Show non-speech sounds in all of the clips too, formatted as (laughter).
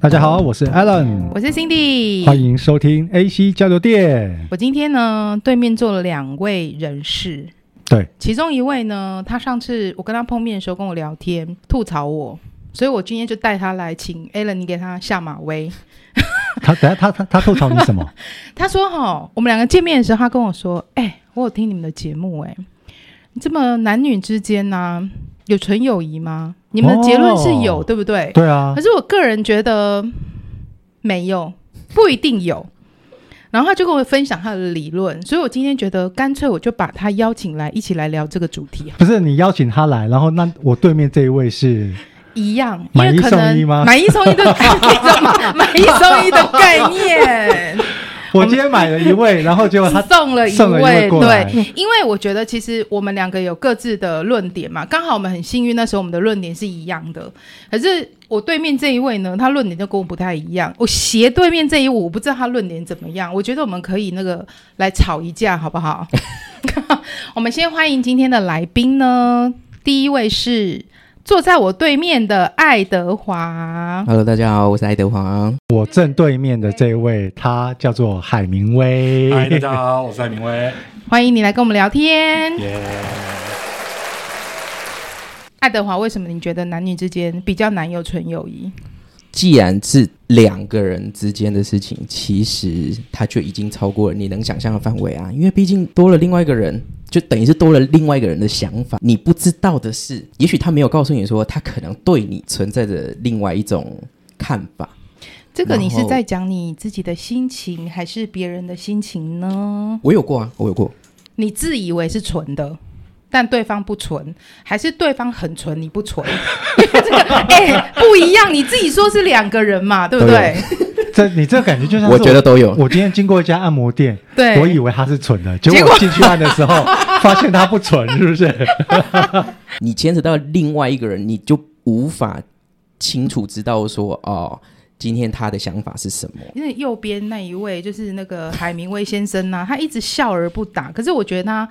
大家好，我是 Alan，我是 Cindy，欢迎收听 AC 交流电。我今天呢，对面坐了两位人士，对，其中一位呢，他上次我跟他碰面的时候跟我聊天，吐槽我，所以我今天就带他来请 Alan，你给他下马威。他等下他他他吐槽你什么？他说哈，我们两个见面的时候，他跟我说，哎、我有听你们的节目、哎，这么男女之间呢、有纯友谊吗？你们的结论是有，哦对不对？ (laughs) 对啊可，是我个人觉得没有，不一定有。然后他就跟我分享他的理论，所以我今天觉得干脆我就把他邀请来一起来聊这个主题，啊不是你邀请他来，然后那我对面这一位是一样，因买为一可送能一吗买一送一的概 (laughs) 念，买一送一的概念，我今天买了一 (laughs) 位，然后结果他送了一送了一位位，过来对，，因为我觉得其实我们两个有各自的论点嘛，刚好我们很幸运，那时候我们的论点是一样的。可是我对面这一位呢，他论点就跟我不太一样。我斜对面这一位，我不知道他论点怎么样。我觉得我们可以那个来吵一架，好不好？ (laughs) 我们先欢迎今天的来宾呢，第一位是坐在我对面的爱德华。 Hello，大家好，我是爱德华。我正对面的这一位，他叫做海明威。 (laughs) 嗨，大家好，我是艾明 (laughs) 威。欢迎你来跟我们聊天，耶、爱德华。为什么你觉得男女之间比较难有纯友谊？既然是两个人之间的事情，其实它就已经超过了你能想象的范围啊，因为毕竟多了另外一个人，就等于是多了另外一个人的想法。你不知道的是，也许他没有告诉你说，他可能对你存在着另外一种看法。这个你然是后在讲你自己的心情，还是别人的心情呢？我有过啊，我有过，你自以为是纯的，但对方不纯，还是对方很纯你不纯？ (laughs) 这个哎、不一样，你自己说是两个人嘛，对不对？这你这感觉就像是我觉得都有。我今天经过一家按摩店，对，我以为他是纯的，结结果果我进去按的时 (laughs) 候发现他不纯，是不是？你牵扯到另外一个人，你就无法清楚知道说，哦，今天他的想法是什么。因为右边那一位就是那个海明威先生呐、啊他一直笑而不答，可是我觉得他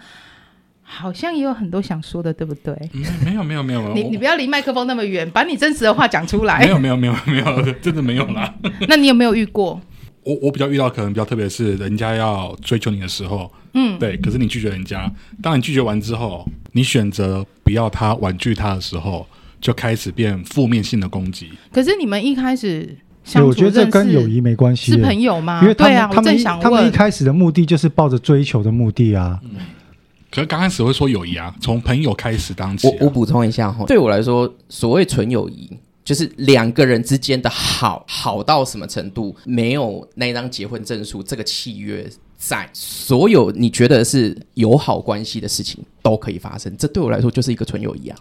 好像也有很多想说的，对不对？哦嗯没有没有没有没有，你我你不要离麦克风那么远，把你真实的话讲出 (laughs) 没来。有没有没有没有，真的没有啦。那你有没有遇过？我我比较遇到可能比较特别是人家要追求你的时候，嗯，对，可是你拒绝人家，当你拒绝完之后，你选择不要他婉拒他的时候，就开始变负面性的攻击。可是你们一开始相对处，我觉得这跟友谊没关系是耶，朋友吗？因为他对们、他啊，我们正一想他们一问，开始的目的就是抱着追求的目的啊，可是刚开始会说友谊啊，从朋友开始当起、哦我我啊。补充一下哈，对我来说，所谓纯友谊，就是两个人之间的好，好到什么程度，没有那一张结婚证书这个契约在，所有你觉得是友好关系的事情都可以发生，这对我来说就是一个纯友谊啊。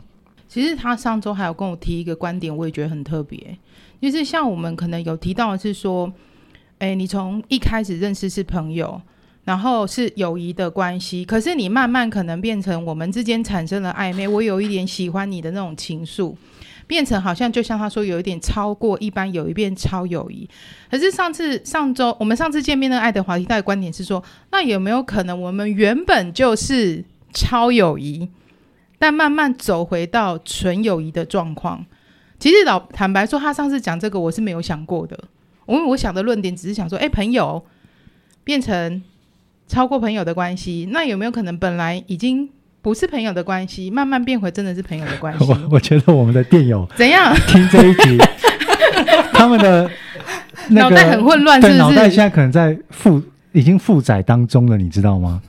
其实他上周还有跟我提一个观点，我也觉得很特别，就是像我们可能有提到的是说，哎，你从一开始认识是朋友。然后是友谊的关系，可是你慢慢可能变成我们之间产生了暧昧，我有一点喜欢你的那种情愫，变成好像就像他说有一点超过一般友谊，变超友谊。可是上次上周我们上次见面的爱德华提到的观点是说，那有没有可能我们原本就是超友谊，但慢慢走回到纯友谊的状况？其实老坦白说，他上次讲这个我是没有想过的，因为我想的论点只是想说，哎，朋友变成超过朋友的关系，那有没有可能本来已经不是朋友的关系，慢慢变回真的是朋友的关系？ (laughs) 我我觉得我们的电友怎样？听这一 (laughs) 集，他们的那脑个袋很混乱，对是脑不袋是现？在可能在负已经负载当中了，你知道吗？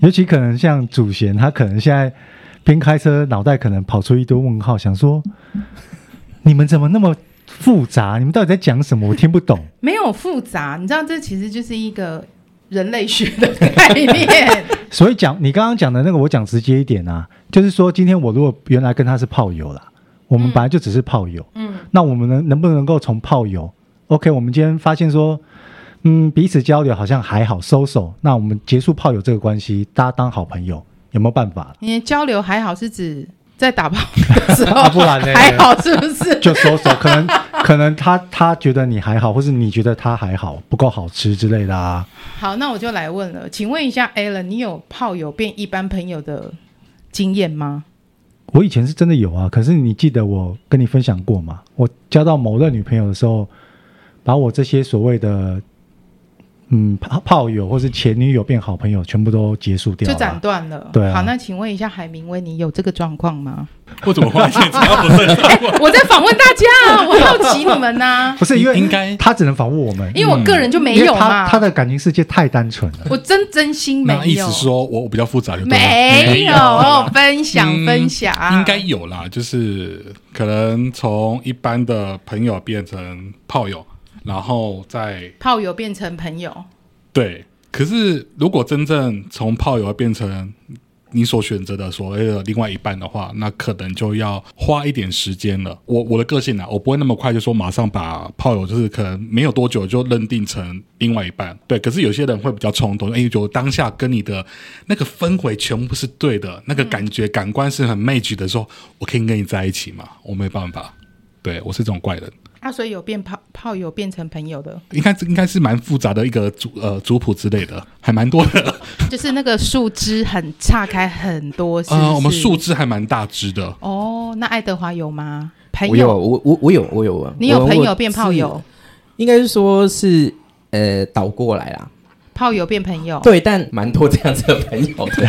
尤其可能像祖贤，他可能现在边开车，脑袋可能跑出一堆问号，想说你们怎么那么复杂？你们到底在讲什么？我听不懂。没有复杂，你知道这其实就是一个人类学的概念。所以讲你刚刚讲的那个，我讲直接一点啊，就是说今天我如果原来跟他是炮友啦，我们本来就只是炮友，嗯，那我们能能不能够从炮友，OK，我们今天发现说，嗯，彼此交流好像还好收手，那我们结束炮友这个关系，大家当好朋友，有没有办法？你的交流还好是指在打炮的 (laughs) 时啊候，不然呢还好是不是？就收手，可能 (laughs) 可能他他觉得你还好，或是你觉得他还好，不够好吃之类的啊。好，那我就来问了，请问一下 Alan，你有炮友变一般朋友的经验吗？我以前是真的有啊，可是你记得我跟你分享过吗？我交到某任女朋友的时候，把我这些所谓的嗯炮炮友或是前女友变好朋友全部都结束掉就了。斩断了。啊对啊好，那请问一下海明威，你有这个状况吗？我怎么发现 (laughs) 只要不 (laughs) 是哎，我在访问大家 (laughs) 啊，我好奇你们呐、不是因为应该他只能访问我们，因为我个人就没因为有嗯嘛他。他的感情世界太单纯 (laughs) 了。我真真心没那意有思，说我我比较复杂就对了没有哦啦分享嗯分享，应该有啦，就是可能从一般的朋友变成炮友，然后再炮友变成朋友，对。可是如果真正从炮友变成你所选择的所谓的另外一半的话，那可能就要花一点时间了。我我的个性啊，我不会那么快就说马上把炮友，就是可能没有多久就认定成另外一半。对，可是有些人会比较冲动，哎，就当下跟你的那个氛围全部是对的，那个感觉、感官是很 match 的时候，我可以跟你在一起嘛？我没办法，对我是这种怪人。啊，所以有变炮炮友变成朋友的，应该应该是蛮复杂的一个族呃族谱之类的，还蛮多的。就是那个树枝很岔开很多，是不是啊，我们树枝还蛮大枝的。哦，那爱德华有吗？朋我有，友，我我我有，我有啊。哎你有我朋友变炮，我友是，应该是说是呃倒过来啦。炮友变朋友，对，但蛮多这样子的朋友的。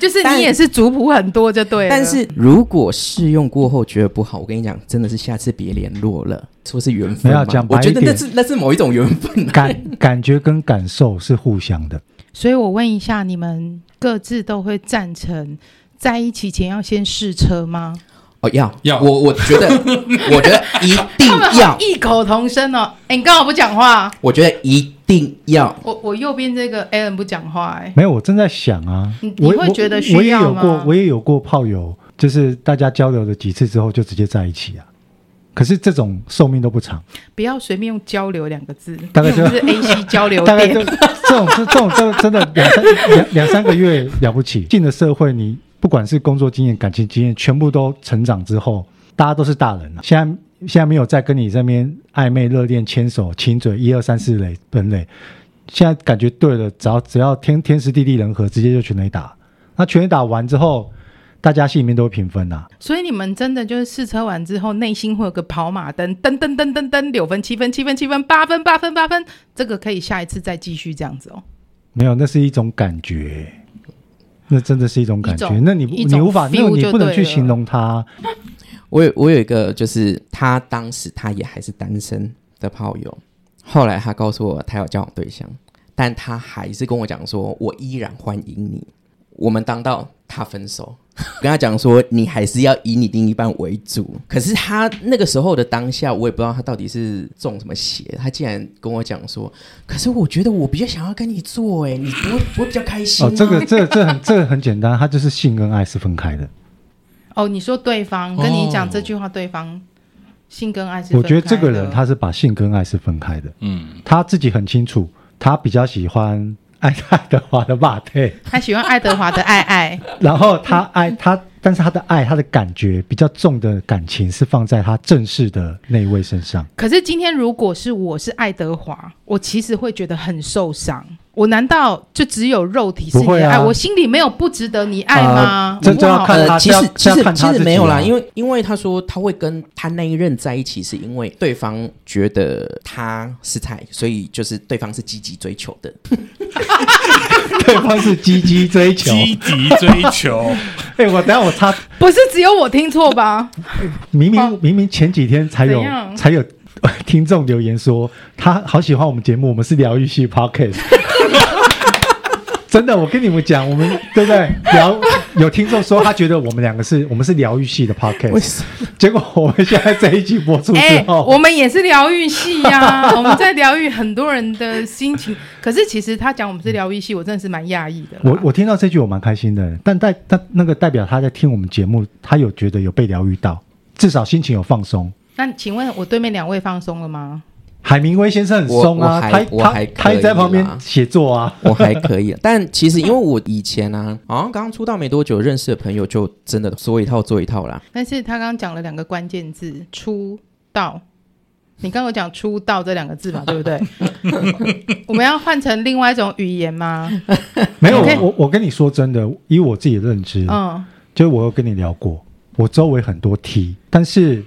就是但你也是族谱很多就对了。但是如果试用过后觉得不好，我跟你讲，真的是下次别联络了。说是缘没分有嘛讲白我觉得一那点是那是某一种缘分、啊。感感觉跟感受是互相的，所以我问一下，你们各自都会赞成在一起前要先试车吗？哦，要要我我觉得， (laughs) 我觉得一定 (laughs) 他们嗯要好，异口同声哦。哎、你刚好不讲话，我觉得一定要。我我右边这个 Alan 不讲话、哎，没有，我正在想啊你，你我会觉得需我我也要有吗过，我也有过炮友，就是大家交流了几次之后就直接在一起啊。可是这种寿命都不长，不要随便用交流两个字，大概因为就我们是 A C 交流大概就点。这种这这种真真的两三两两三个月了不起。进了社会，你不管是工作经验、感情经验，全部都成长之后，大家都是大人了、现在现在没有再跟你这边暧昧、热恋、牵手、亲嘴，一二三四类分类。现在感觉对了，只要只要天天时地利人和，直接就全垒打。那全垒打完之后，大家心里面都会平分呐、所以你们真的就是试车完之后，内心会有个跑马灯，噔噔噔噔噔，六分七分七分七分八分八分八分，这个可以下一次再继续这样子哦。没有，那是一种感觉，那真的是一种感觉一。种那你你一种无法，那 feel 你就不能对去了形容它。我有我有一个，就是他当时他也还是单身的炮友，后来他告诉我他有交往对象，但他还是跟我讲说，我依然欢迎你。我们当到他分手， (laughs) 跟他讲说，你还是要以你另一半为主。可是他那个时候的当下，我也不知道他到底是中什么邪，他竟然跟我讲说，可是我觉得我比较想要跟你做、哎，你不会不会比较开心、哦啊，这个这个这很这个很简单，它就是性跟爱是分开的。哦，你说对方跟你讲哦这句话，对方性跟爱是分我开的觉得这个人他是把性跟爱是分开的，嗯，他自己很清楚，他比较喜欢爱爱德华的霸对， (laughs) 他喜欢爱德华的爱爱，然后他爱他，但是他的爱他的感觉比较重的感情是放在他正式的那一位身上。可是今天如果是我是爱德华，我其实会觉得很受伤。我难道就只有肉体是你不会的啊爱，我心里没有不值得你爱吗？呃我这就要不好看他呃，其这要实这其要实看他其实自己没有啦，啦因为因为他说他会跟他那一任在一起，是因为对方觉得他是菜，所以就是对方是积极追求的。对方是积极追求，积极追求， (laughs) 哎、我等下我插，不是只有我听错吧？明哦明明明前几天才有怎样才有 (laughs) 听众留言说他好喜欢我们节目，我们是疗愈系 podcast。真的，我跟你们讲，我们对不对？疗有听众说他觉得我们两个是我们是疗愈系的 podcast，什么？结果我们现在这一集播出之后，哎我们也是疗愈系呀、我们在疗愈很多人的心情。可是其实他讲我们是疗愈系，我真的是蛮讶异的啦。我我听到这句我蛮开心的，但代但那个代表他在听我们节目，他有觉得有被疗愈到，至少心情有放松。那请问我对面两位放松了吗？海明威先生很松我我啊，还他我还他他一直在旁边可以啦写作啊。我还 (laughs) 可以，但其实因为我以前啊，好像刚出道没多久，认识的朋友就真的说一套做一套啦。但是他刚刚讲了两个关键字：出道。你刚刚有讲“出道”这两个字嘛，对不对？我们要换成另外一种语言吗？没有 OK 我我跟你说真的，以我自己的认知，嗯，就是我有跟你聊过，我周围很多 T，但是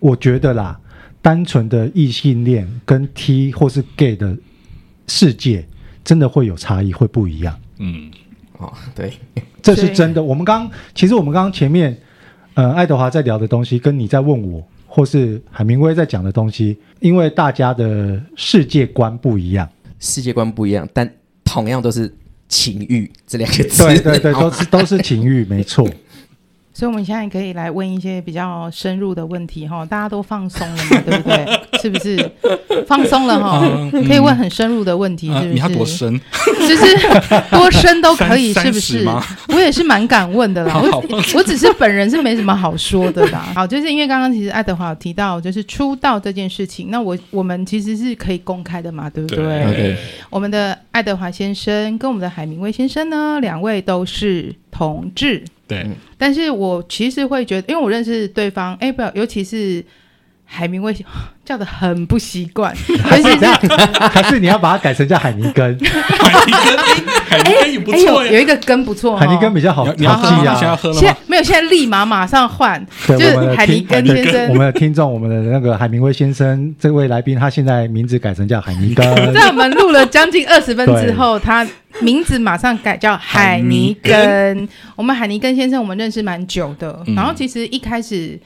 我觉得啦，单纯的异性恋跟 T 或是 gay 的世界，真的会有差异，会不一样。嗯，哦，对，这是真的。我们刚其实我们刚刚前面，呃，爱德华在聊的东西，跟你在问我，或是海明威在讲的东西，因为大家的世界观不一样，世界观不一样，但同样都是情欲这两个字。哦对对对，都是都是情欲，没错。所以我们现在可以来问一些比较深入的问题哈，大家都放松了嘛，对 (laughs) 不对？是不是放松了哈？嗯嗯可以问很深入的问题，啊是不是？你要多深？其实多深都可以，三是不三十是吗？我也是蛮敢问的啦，好好我我只是本人是没什么好说的啦。好，就是因为刚刚其实爱德华有提到，就是出道这件事情，那我我们其实是可以公开的嘛，对不对？ OK 我们的爱德华先生跟我们的海明威先生呢，两位都是同志，对，但是我其实会觉得，因为我认识对方，哎，不，尤其是。海明威 (laughs) 叫的很不习 (laughs) 惯，尤还其 (laughs) 是是这样，还是你要把它改成叫海尼根，海尼根，海尼根也不哎有错有耶。一个跟不错哦，海尼根比较好好你要喝记吗？现在要啊。喝了现在吗？没有，现在立马马上换，对，就是我们海的尼听根先生我们的听众，我们的那个海明威先生，这位来宾，他现在名字改成叫海尼根。 (laughs) 在我们录了将近二十分之后，他名字马上改叫海尼根。我们海尼根先生，我们认识蛮久的。嗯然后其实一开始，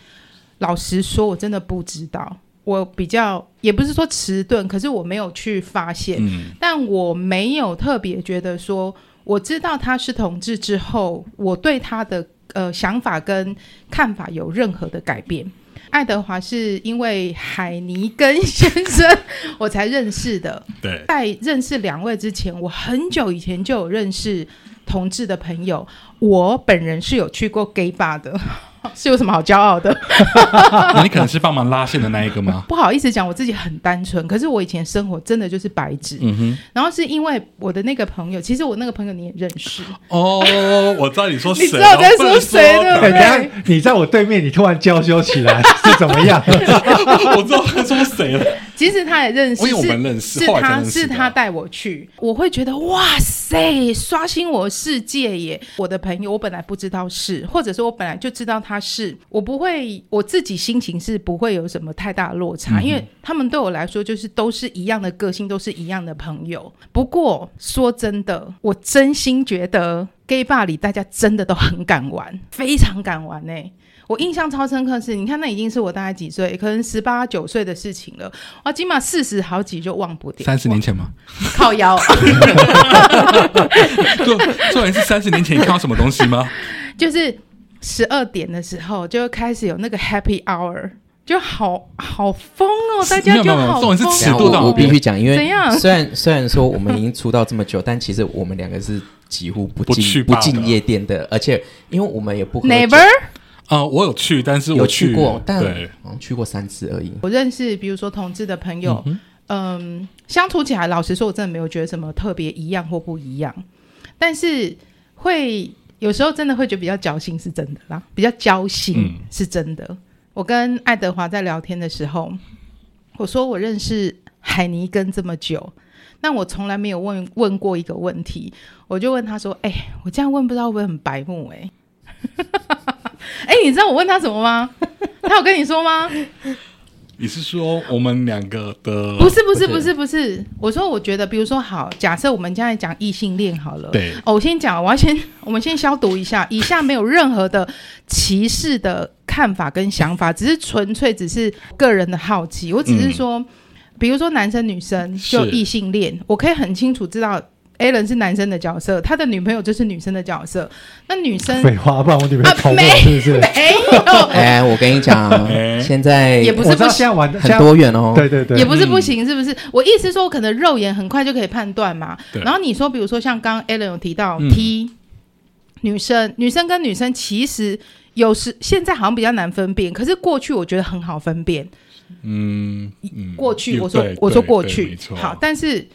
老实说，我真的不知道。我比较也不是说迟钝，可是我没有去发现，嗯，但我没有特别觉得说，我知道他是同志之后，我对他的呃想法跟看法有任何的改变。爱德华是因为海尼根先生 (laughs) 我才认识的，对，在认识两位之前，我很久以前就有认识同志的朋友，我本人是有去过 gay bar 的， (laughs) 是有什么好骄傲的？那你可能是帮忙拉线的那一个吗？不好意思讲，我自己很单纯，可是我以前生活真的就是白纸。嗯哼，然后是因为我的那个朋友，其实我那个朋友你也认识， (laughs) 哦，我知道你说谁，你知道我在说谁的，哎，等对一下你在我对面，你突然娇羞起来 (laughs) 是怎么 (laughs) 样？我知道在说谁了。其实他也认识，哦我以为是我们认识是后来才他认识是的他带我去，我会觉得哇塞，刷新我世界耶！我的朋友，我本来不知道是，或者说我本来就知道他是，我不会我自己心情是不会有什么太大的落嗯差，因为他们对我来说就是都是一样的个性，都是一样的朋友。不过说真的，我真心觉得 gay bar 里大家真的都很敢玩，非常敢玩呢、欸我印象超深刻是，你看那已经是我大概几岁，可能十八九岁的事情了，啊，起码四十好几就忘不掉，三十年前吗？靠腰，啊做做人是三十年前，你看到什么东西吗？就是十二点的时候就开始有那个 Happy Hour，就好好疯哦，大没家有没就有没有好疯、哦重点是尺然后度的我我必须讲，因怎为样虽然虽然说我们已经出道这么久，但其实我们两个是几乎不不去进不吧进的夜店的，而且因为我们也不喝酒 Never。啊，我有去，但是有我去过，但对，好像去过三次而已。我认识，比如说同志的朋友，嗯相处起来，老实说，我真的没有觉得什么特别一样或不一样，但是会有时候真的会觉得比较矫情，是真的啦，比较交心嗯是真的。我跟爱德华在聊天的时候，我说我认识海尼根这么久，但我从来没有问问过一个问题，我就问他说：“哎、我这样问不知道会不会很白目、哎。 (laughs) 哎、你知道我问他什么吗？他有跟你说吗？你是说我们两个的不是不是不不是是不是，我说我觉得，比如说好，假设我们现在讲异性恋好了，对哦，我先讲，我要先我们先消毒一下，以下没有任何的歧视的看法跟想法，只是纯粹只是个人的好奇，我只是说，比如说男生女生是就异性恋，我可以很清楚知道。a l a n 是男生的角色，他的女朋友就是女生的角色。那女生废话，不然我女朋友啊捅我没是不是？没有，哎，我跟你讲 (laughs) 哎，现在也不我是知道不现在玩的很，多元哦现在。对对对，嗯也不是不行，是不是？我意思说，可能肉眼很快就可以判断嘛。对然后你说，比如说像刚刚 Alan 有提到、嗯 T 女生，女生跟女生其实有时现在好像比较难分辨，可是过去我觉得很好分辨。嗯嗯过去有我说对我说对过对去没错好，但是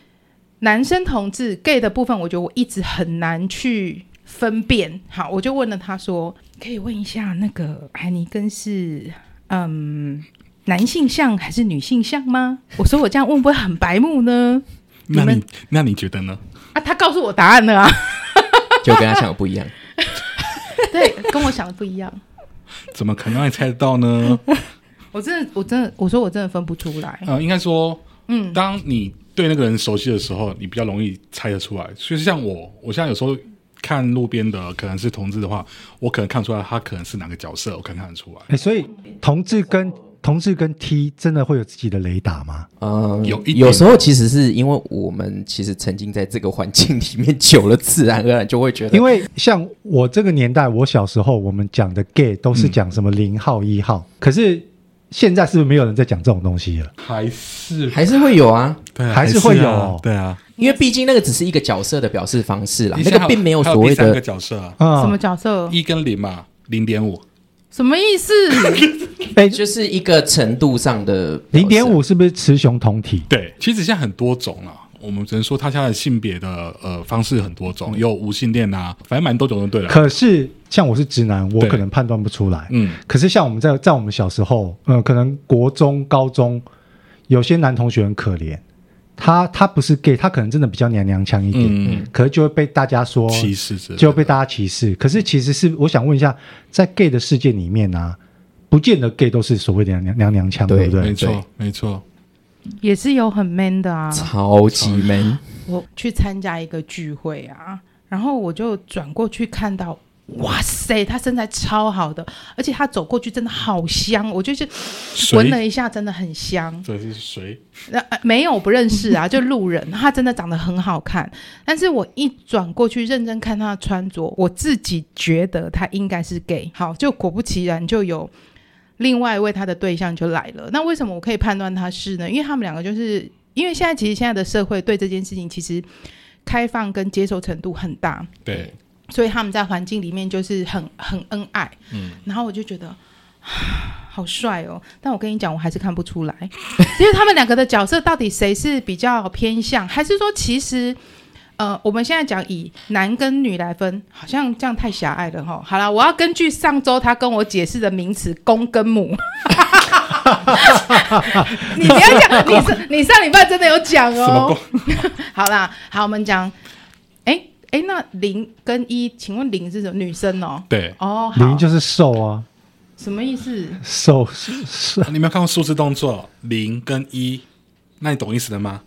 男生同志 gay 的部分，我觉得我一直很难去分辨。好，我就问了他说，可以问一下那个海尼根是嗯。男性向还是女性向吗？我说我这样问不会很白目呢？那你你们那你觉得呢？啊，他告诉我答案了 (laughs) 啊， (laughs) 就跟他想的不一样。对，跟我想的不一样。 (laughs) 怎么可能让你猜得到呢？我真的，我真的，我说我真的分不出来。呃，应该说，嗯，当你对那个人熟悉的时候，你比较容易猜得出来。所以像我，我现在有时候看路边的可能是同志的话，我可能看出来他可能是哪个角色，我可能看得出来。哎，所以同志跟同志跟 T 真的会有自己的雷达吗？嗯，有一点有时候其实是因为我们其实曾经在这个环境里面久了，自然而然就会觉得，因为像我这个年代，我小时候我们讲的 gay 都嗯是讲什么零号、一号，可是现在是不是没有人在讲这种东西了？还是还是会有啊，对啊、还是会有啊对啊，因为毕竟那个只是一个角色的表示方式啦，你那现个在还并没有还所谓第三个的。角色啊，啊什么角色？一跟零嘛，零点五，什么意 (laughs) 思？哎，就是一个程度上的表示零点五是不是雌雄同体？对，其实现在很多种了、我们只能说他现在的性别的呃方式很多嗯种，有无性恋啊，反正蛮多种的，对了。可是像我是直男，我对可能判断不出来。嗯，可是像我们在在我们小时候，嗯，可能国中、高中，有些男同学很可怜，他他不是 gay，他可能真的比较娘娘腔一点，嗯可是就会被大家说歧视之类的就被大家歧视。可是其实是我想问一下，在 gay 的世界里面呢、啊，不见得 gay 都是所谓的娘娘娘娘腔，对对不没对？错，没错。也是有很 man 的啊。超级 man，我去参加一个聚会啊，然后我就转过去看到，哇塞，他身材超好的，而且他走过去真的好香，我就是闻了谁？一下，真的很香。这是谁？呃，呃没有我不认识啊，就路人，他真的长得很好看。但是我一转过去认真看他的穿着，我自己觉得他应该是 gay。好，就果不其然就有另外一位他的对象就来了。那为什么我可以判断他是呢？因为他们两个就是因为现在其实现在的社会对这件事情其实开放跟接受程度很大，对，所以他们在环境里面就是很很恩爱。嗯然后我就觉得。 (sighs) 啊好帅哦！但我跟你讲，我还是看不出来， (laughs) 因为他们两个的角色到底谁是比较偏向，还是说其实，呃，我们现在讲以男跟女来分，好像这样太狭隘了哈。好了，我要根据上周他跟我解释的名词“公”跟“母”。 (laughs) 你不要讲，你上你上礼拜真的有哎讲什么哦公。好啦，好，我们讲，哎哎，那零跟一，请问零是什么？女生哦。对，哦，好零就是瘦啊，什么意思？瘦是是你有没有看过数字动作零跟一？那你懂意思 (laughs) 了吗？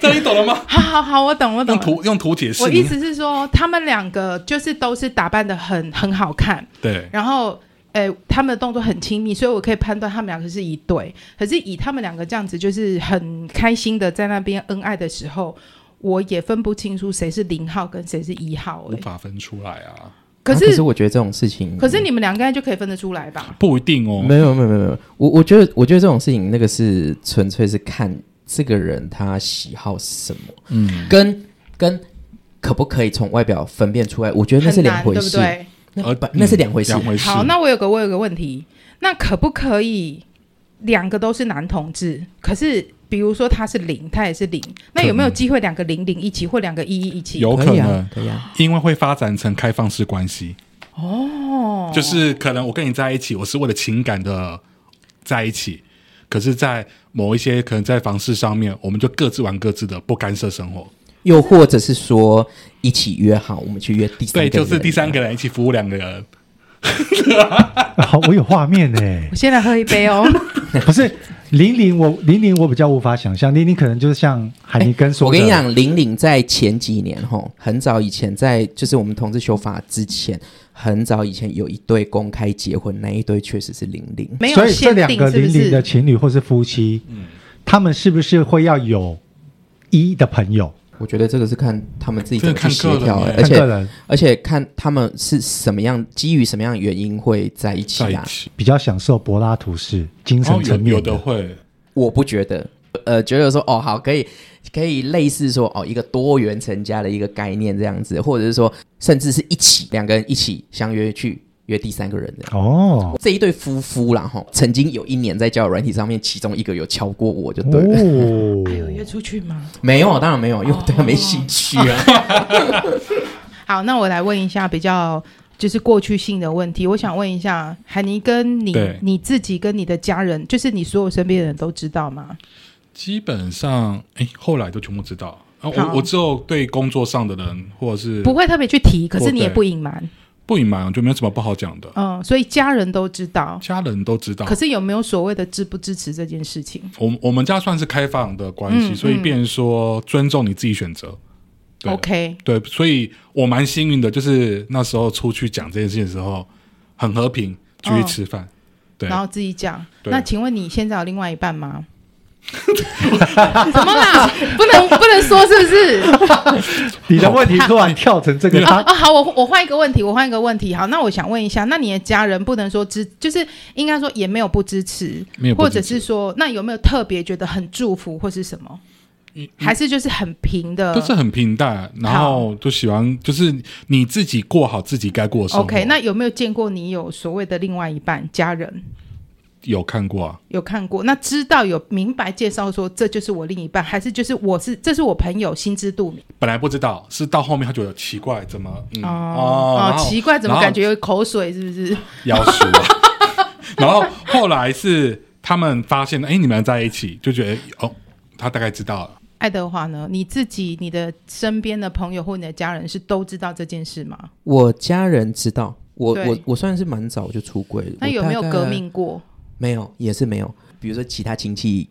这你懂了吗？好好好，我懂，我懂用了。图用图解释我你。意思是说，他们两个就是都是打扮的很很好看，对，然后，诶、他们的动作很亲密，所以我可以判断他们两个是一对。可是以他们两个这样子，就是很开心的在那边恩爱的时候，我也分不清楚谁是零号跟谁是一号、无诶，法分出来啊，可啊可是、是我觉得这种事情，可是你们两个应该就可以分得出来吧？不一定哦。没有没有没有没有，我我觉得我觉得这种事情，那个是纯粹是看这个人他喜好什么，嗯，跟跟可不可以从外表分辨出来，我觉得那是很两难，回对不事，对？那不那是两回事。两回事。好，那我有个我有个问题，那可不可以两个都是男同志？可是比如说他是零，他也是零，那有没有机会两个零零一起或两个一一一起？有可以能啊，，可以啊，因为会发展成开放式关系，哦，就是可能我跟你在一起，我是为了情感的在一起，可是，在某一些可能在房事上面，我们就各自玩各自的，不干涉生活。又或者是说一起约好，我们去约第三对，个，啊就是第三，个人一起服务两个人。好，我有画面 (laughs) 哎我，先来喝一杯 (laughs) 哦。不是零零我零零我比较无法想象，零零可能就是像海尼根啊说我的，跟你讲，玲玲在前几年吼，很早以前在就是我们同志修法之前，很早以前有一对公开结婚，那一对确实是玲玲。没所有以这限两定个是不邻里的是？情侣或是夫妻，嗯他们是不是会要有一的朋友？我觉得这个是看他们自己怎么去这个协看个人调、欸而看个且人而且看他们是什么样，基于什么样的原因会在一起在一啊？起，比较享受柏拉图式精然后神有层面有的会，我不觉得，呃，觉得说哦好，可以可以类似说哦一个多元成家的一个概念这样子，或者是说甚至是一起两个人一起相约去约第三个人这样。哦这一对夫妇啦，哈，曾经有一年在交友软体上面，其中一个有敲过我就对了，哦还有约哎出去吗？ (laughs) 没有，当然没哦有，因为我对他没兴趣啊。好，那我来问一下比较就是过去性的问题。我想问一下，海尼跟你对你自己跟你的家人，就是你所有身边的人都知道吗？基本上哎，后来都全部知道。啊，好我我只有对工作上的人或者是不会特别去提，可我是你也对不隐瞒。不隐瞒，我觉得没有什么不好讲的，嗯，所以家人都知道。家人都知道可。是有没有所谓的支不支持这件事情？我我们家算是开放的关系，嗯所以嗯变成说尊重你自己选择。对 OK，对，所以我蛮幸运的，就是那时候出去讲这件事情的时候，很和平，继续吃饭。对哦然，后自己讲。对那请问你现在有另外一半 (laughs) 吗？怎么啦？不能不能说是不是？你的问题突然跳成这个，啊他啊，好，我我换一个问题，我换一个问题。好，那我想问一下，那你的家人不能说支，就是应该说也没有不支持，没有不或支者是持说，那有没有特别觉得很祝福或是什么？还是就是很平的？嗯就是很平淡，然后就喜欢就是你自己过好自己该过的生活。 OK，那有没有见过你有所谓的另外一半家人？有看过啊？有看过，那知道有明白介绍说这就是我另一半，还是就是我是这是我朋友，心知肚明。本来不知道，是到后面他觉得奇怪，怎么嗯哦然后奇怪，怎么然后感觉有口水？是不是？要输啊？ (laughs) 然后后来是他们发现，哎，你们在一起，就觉得哦，他大概知道了。爱德华呢？你自己、你的身边的朋友或你的家人是都知道这件事吗？我家人知道，我对我我算是蛮早就出柜了。那我有没有大概革？命过？没有，也是没有。比如说其他亲戚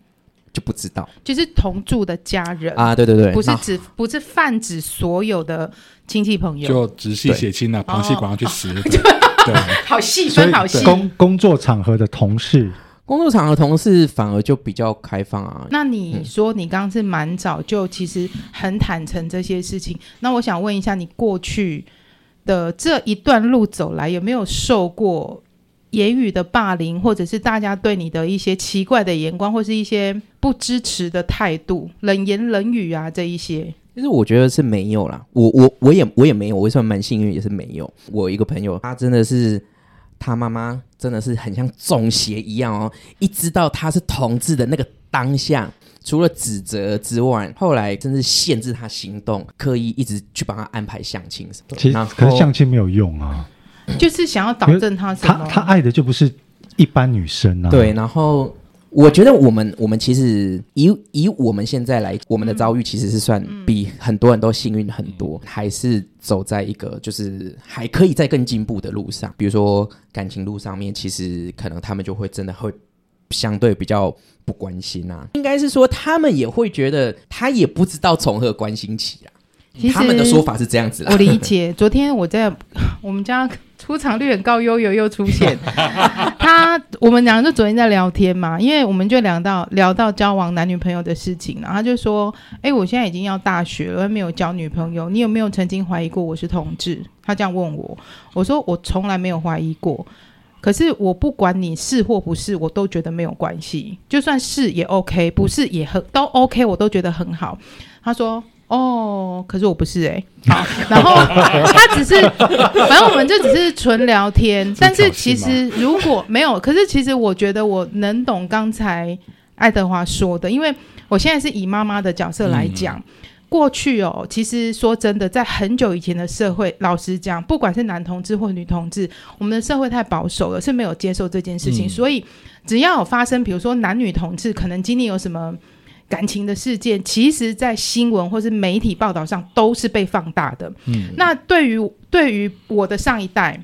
就不知道就是同住的家人，啊，对对对，不是那指不是泛指所有的亲戚朋友。就直系血亲啊，对旁系管要去死。对，好细所分，好细以。工工作场合的同事，工作场的同事反而就比较开放啊。那你说你刚刚是蛮早就其实很坦诚这些事情，那我想问一下，你过去的这一段路走来，有没有受过言语的霸凌，或者是大家对你的一些奇怪的眼光，或是一些不支持的态度、冷言冷语啊这一些？其实我觉得是没有啦，我我我也我也没有，我也算蛮幸运，也是没有。我有一个朋友，他真的是他妈妈真的是很像中邪一样哦，一知道他是同志的那个当下，除了指责之外，后来真是限制他行动，刻意一直去帮他安排相亲什么的。其实然后可是相亲没有用啊，就是想要导正他什他么？他爱的就不是一般女生啊，对，，然后我觉得我们我们其实以以我们现在来，我们的遭遇其实是算嗯比很多人都幸运很多，还是走在一个就是还可以再更进步的路上。比如说感情路上面，其实可能他们就会真的会。相对比较不关心啊，应该是说他们也会觉得他也不知道从何关心起啊。其实他们的说法是这样子啦我，理解。昨天我在我们家出场率很高，悠悠又出现。他我们两个就昨天在聊天嘛，因为我们就聊到聊到交往男女朋友的事情，然后他就说：“哎、我现在已经要大学了，没有交女朋友，你有没有曾经怀疑过我是同志？”他这样问我，我说我从来没有怀疑过。可是我不管你是或不是，我都觉得没有关系，就算是也 OK，不是也很都 OK，我都觉得很好。他说：“哦，可是我不是哎、好，然后他只是，反正我们就只是纯聊天。但是其实如果没有，可是其实我觉得我能懂刚才爱德华说的，因为我现在是以妈妈的角色来讲。过去哦，其实说真的，在很久以前的社会，老实讲，不管是男同志或女同志，我们的社会太保守了，是没有接受这件事情。嗯所以，只要有发生，比如说男女同志可能经历有什么感情的事件，其实，在新闻或是媒体报道上都是被放大的。嗯，那对于对于我的上一代，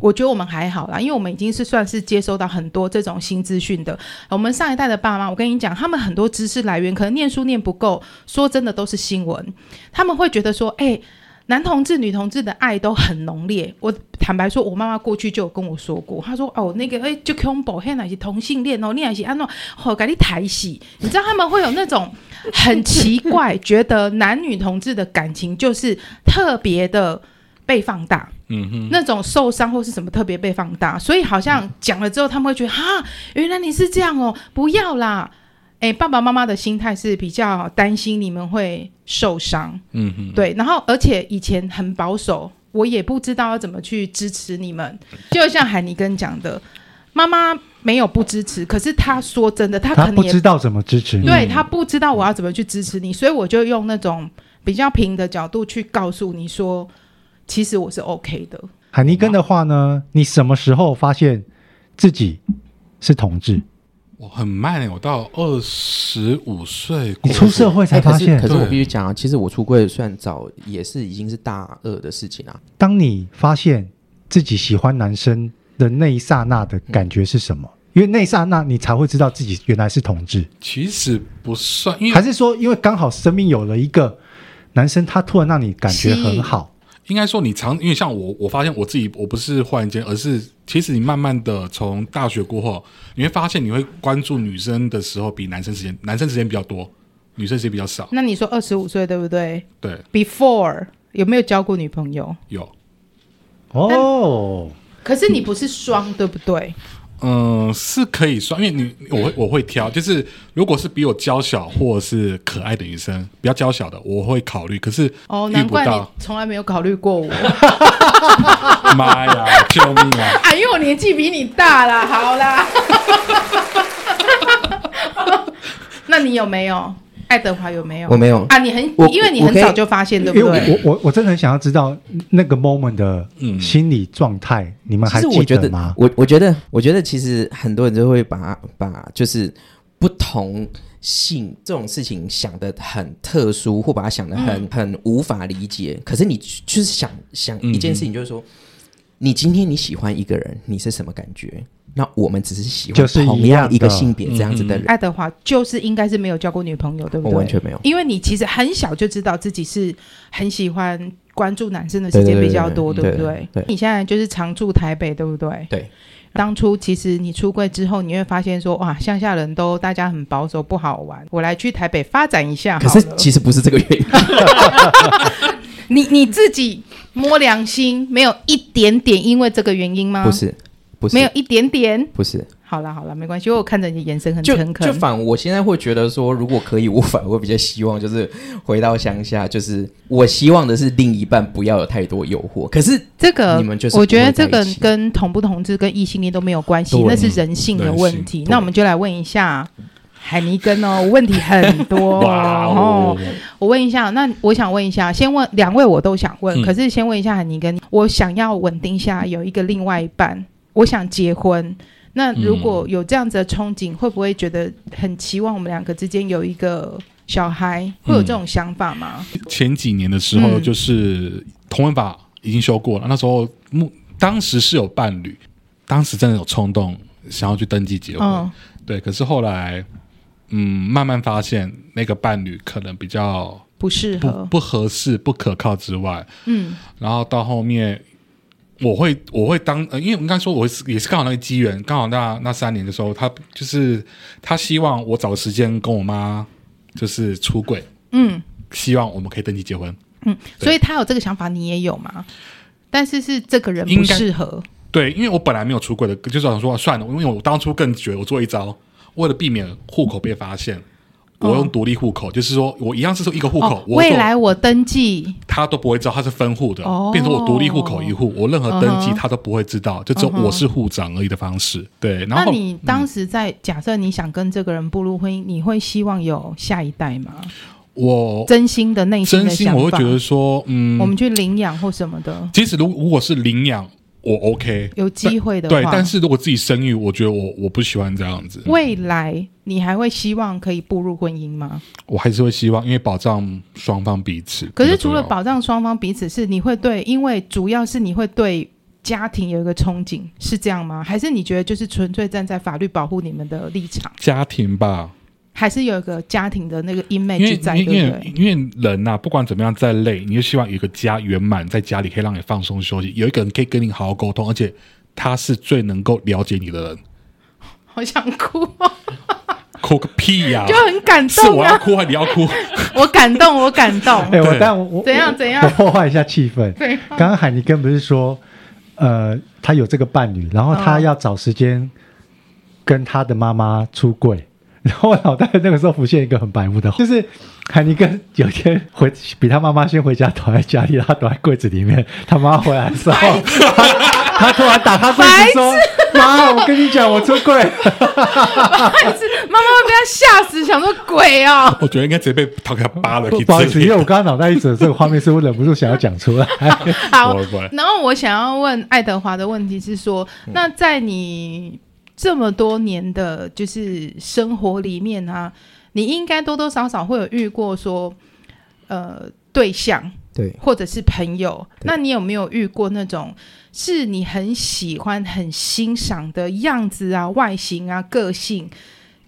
我觉得我们还好啦，因为我们已经是算是接收到很多这种新资讯的。我们上一代的爸妈，我跟你讲，他们很多知识来源可能念书念不够，说真的都是新闻，他们会觉得说，哎、男同志、女同志的爱都很浓烈。我坦白说，我妈妈过去就有跟我说过，她说：“哦，那个哎，就 combo 嘿，那是同性恋哦，你也是安诺，好、哦，赶紧抬戏。”你知道他们会有那种很奇怪，觉得男女同志的感情就是特别的被放大，嗯哼，那种受伤或是什么特别被放大，所以好像讲了之后，他们会觉得哈，原来你是这样哦，不要啦。哎，爸爸妈妈的心态是比较担心你们会受伤，嗯哼，对，然后而且以前很保守，我也不知道要怎么去支持你们。就像海尼根讲的，妈妈没有不支持，可是她说真的，她他可不能也知道怎么支嗯持你，对她不知道我要怎么去支持你，所以我就用那种比较平的角度去告诉你说，其实我是 OK 的。海尼根的话呢，你什么时候发现自己是同志？我很慢欸我到二十五岁，你出社会才哎可发是现可，是我对必须讲啊，其实我出柜算早，也是已经是大二的事情啊。当你发现自己喜欢男生的那一刹那的感觉是什么？因为那一刹那你才会知道自己原来是同志，其实不算，因为还是说因为刚好生命有了一个男生，他突然让你感觉很好，应该说你常，因为像我，我发现我自己，我不是忽然间，而是其实你慢慢的从大学过后，你会发现你会关注女生的时候比男生时间，男生时间比较多，女生时间比较少。那你说二十五岁对不对对， ？Before 有没有交过女朋友？有，哦，可是你不是双对不对？嗯、是可以算，因为你我会我会挑，就是如果是比我娇小或者是可爱的女生，比较娇小的，我会考虑。可是哦，遇难不怪到， (laughs) 你从来没有考虑过我 (laughs) 啊妈呀，救命啊！啊，因为我年纪比你大啦。好啦， (laughs) 那你有没有？爱德华有没有？我没有啊，你很我因为你很我可以早就发现，对不因为对？我我我真的很想要知道那个 moment 的嗯心理状态，你们其还实我记觉得得吗，？我我觉得，我觉得其实很多人都会把把就是不同性这种事情想的很特殊，或把它想的嗯很、很无法理解。可是你就是想想一件事嗯情，就是说，你今天你喜欢一个人，你是什么感觉？那我们只是喜欢就是一样的嗯同样一个性别这样子的人，爱德华就是应该是没有交过女朋友，对不我对？完全没有。因为你其实很小就知道自己是很喜欢关注男生的时间比较多，对对不对对对对对？你现在就是常住台北，对不对？对。当初其实你出柜之后，你会发现说，哇，乡下人都大家很保守，不好玩。我来去台北发展一下好可了。是其实不是这个原因，你你自己摸良心，没有一点点因为这个原因吗？不，是，不是，没有一点点。不是。好了好了，没关系，因为我看着你的眼神很就诚恳。就反，我现在会觉得说，如果可以，我反而会比较希望，就是回到乡下，就是我希望的是另一半不要有太多诱惑。可是这个你们就是我觉得这不会个在一起跟同不同志跟异性恋都没有关系，对那是人性的问题人性。对那我们就来问一下海尼根哦，问题很 (laughs) 多哇哦哦。，我问一下，那我想问一下，先问两位我都想问，嗯可是先问一下海尼根，我想要稳定下有一个另外一半，我想结婚。那如嗯果有这样子的憧憬，会不会觉得很期望我们两个之间有一个小孩？会有这种想法吗？前几年的时候，嗯就是同婚法已经修过了，那时候目当时是有伴侣，当时真的有冲动想要去登记结婚，嗯，对，可是后来。嗯，慢慢发现那个伴侣可能比较不适不合。不合适、不可靠之外，嗯然后到后面我会我会当，呃、因为我应该说我是也是刚好那个机缘，刚好那那三年的时候，他就是他希望我找时间跟我妈就是出柜，嗯。希望我们可以登记结婚。嗯，对所以他有这个想法，你也有嘛？但是是这个人不应该适合，对，因为我本来没有出柜的，就是想说算了，因为我当初更觉得我做一招，为了避免户口被发现，我用独立户口，就是说我一样是说一个户嗯口，哦我未做来我登记他都不会知道他是分户的，哦变成我独立户口一户，我任何登记嗯哼他都不会知道，就只有我是户长而已的方式。对，然嗯那后嗯你当时在、假设你想跟这个人步入婚姻，你会希望有下一代吗？我真心的内心真的心想法，我会觉得说，嗯我，们去领养或什么的，即使如如果是领养，我 OK，有机会的话，对，但是如果自己生育，我觉得我我不喜欢这样子，未来你还会希望可以步入婚姻吗？我还是会希望，因为保障双方彼此。可是比除较重了要保障双方彼此是，你会对，因为主要是你会对家庭有一个憧憬，是这样吗？还是你觉得就是纯粹站在法律保护你们的立场，家庭吧，还是有一个家庭的那个因为 image 在，对因不为因为对？因为人啊呐、不管怎么样再累，你就希望有一个家圆满，在家里可以让你放松休息，有一个人可以跟你好好沟通，而且他是最能够了解你的人。好想哭、哦，哭个屁呀、就很感是动我要啊！哭还是你要哭？ (laughs) 我感动，我感动。 (laughs) 哎、我对但我我怎样怎样我破坏一下气氛。对，刚刚海尼根不是说，呃，他有这个伴侣，然后哦他要找时间跟他的妈妈出柜。 (laughs) 然后我脑袋那个时候浮现一个很白目的话，就是海尼根有一天回比他妈妈先回家，躲在家里，他躲在柜子里面。他妈回来的时候，他他突然打开柜子说：“妈，我跟你讲，我出柜。但是妈妈会被他吓死，想说鬼 (laughs) 哦。我觉得应该直接被他给他扒了，不”不好意思，因为我刚刚脑袋一直有这个画面，所以我忍不住想要讲出来。好我，乖嗯然后我想要问爱德华的问题是说，那在你这么多年的就是生活里面啊，你应该多多少少会有遇过说，呃，对象对，或者是朋友，对那你有没有遇过那种是你很喜欢、很欣赏的样子啊、外形啊、个性，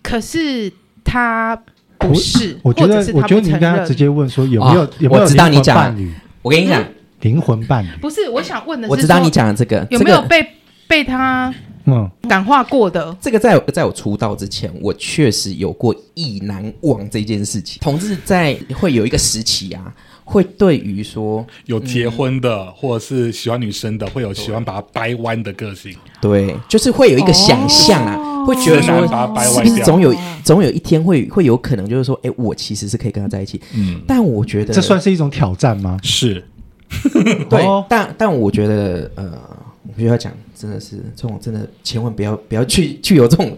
可是他不是，我觉或得者是，我他觉不得你承应该要直认？接问说有没有、哦有没有我知道灵魂你讲伴侣，我跟你讲，灵魂伴侣，不是，我想嗯问的是我说，知道你讲的这个，有没有这个被、被他嗯，感化过的？这个在我在我出道之前，我确实有过意难忘这件事情。同志在会有一个时期啊，会对于说，有结婚的，或者是喜欢女生的，会有喜欢把它掰弯的个性。对，就是会有一个哦想象啊，会觉得是哪说里把它掰是弯不是掉嗯总有总有一天会会有可能就是说，哎，我其实是可以跟他在一起，嗯，但我觉得这算是一种挑战吗？是对，哦但但我觉得呃，我必须要讲，真的是这种真的千万不要不要去 (laughs) 去有这种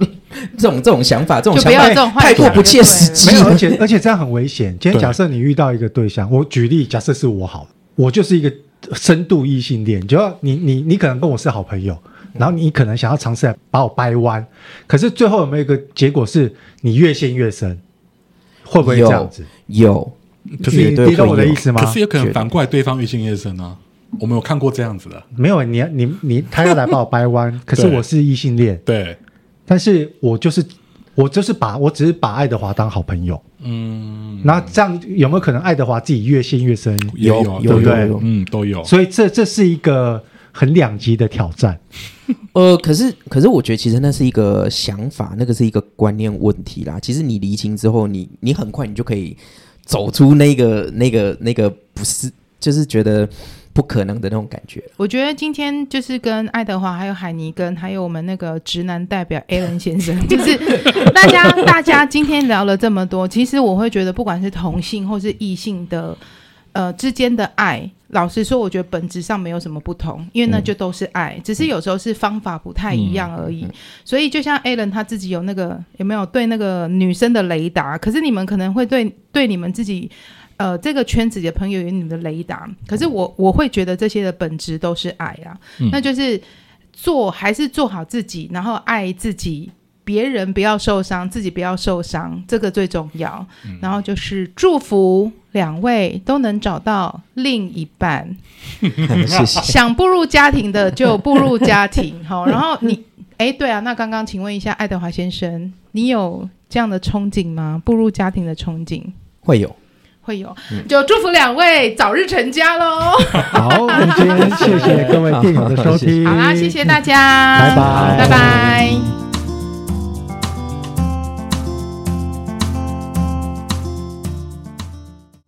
这种这种想法，这种就不想要法这种幻太过想不就切对实了际没有，了而且而且这样很危险。今天对假设你遇到一个对象，我举例，假设是我好了，我就是一个深度异性恋，就要你你你可能跟我是好朋友，嗯然后你可能想要尝试来把我掰弯，可是最后有没有一个结果是你越陷越深？会不会这样子？有，你可是绝对你懂会我的有意思吗可？是有可觉能得反过来对方越性越深啊。我们有看过这样子的，没有，你你你，他要来把我掰 (laughs) 弯，可是对我是异性恋，对，但是我就是我就是把我只是把爱德华当好朋友，嗯，那这样有没有可能爱德华自己越陷越深？也有有有对不对有嗯，都有。所以这这是一个很两极的挑战。呃，可是可是我觉得其实那是一个想法，那个是一个观念问题啦。其实你厘清之后，你你很快你就可以走出那个那个那个不是，就是觉得不可能的那种感 (laughs) 觉。我觉得今天就是跟爱德华、还有海尼根，还有我们那个直男代表 a l a n 先生，就是大家大家今天聊了这么多，其实我会觉得，不管是同性或是异性的，呃之间的爱，老实说，我觉得本质上没有什么不同，因为那就都是爱，只是有时候是方法不太一样而已。所以就像 a l a n 他自己有那个有没有对那个女生的雷达，可是你们可能会对对你们自己。呃，这个圈子里的朋友有你们的雷达，可是我我会觉得这些的本质都是爱啦，嗯那就是做还是做好自己，然后爱自己，别人不要受伤，自己不要受伤，这个最重要。然后就是祝福两位都能找到另一半，谢谢。想步入家庭的就步入家庭， (laughs) 好，然后你，哎，对啊，那刚刚请问一下爱德华先生，你有这样的憧憬吗？步入家庭的憧憬？会有，会有，嗯就祝福两位早日成家喽！好，我们今天谢谢各位电友的收听，好啦，谢谢大家，嗯拜拜拜拜。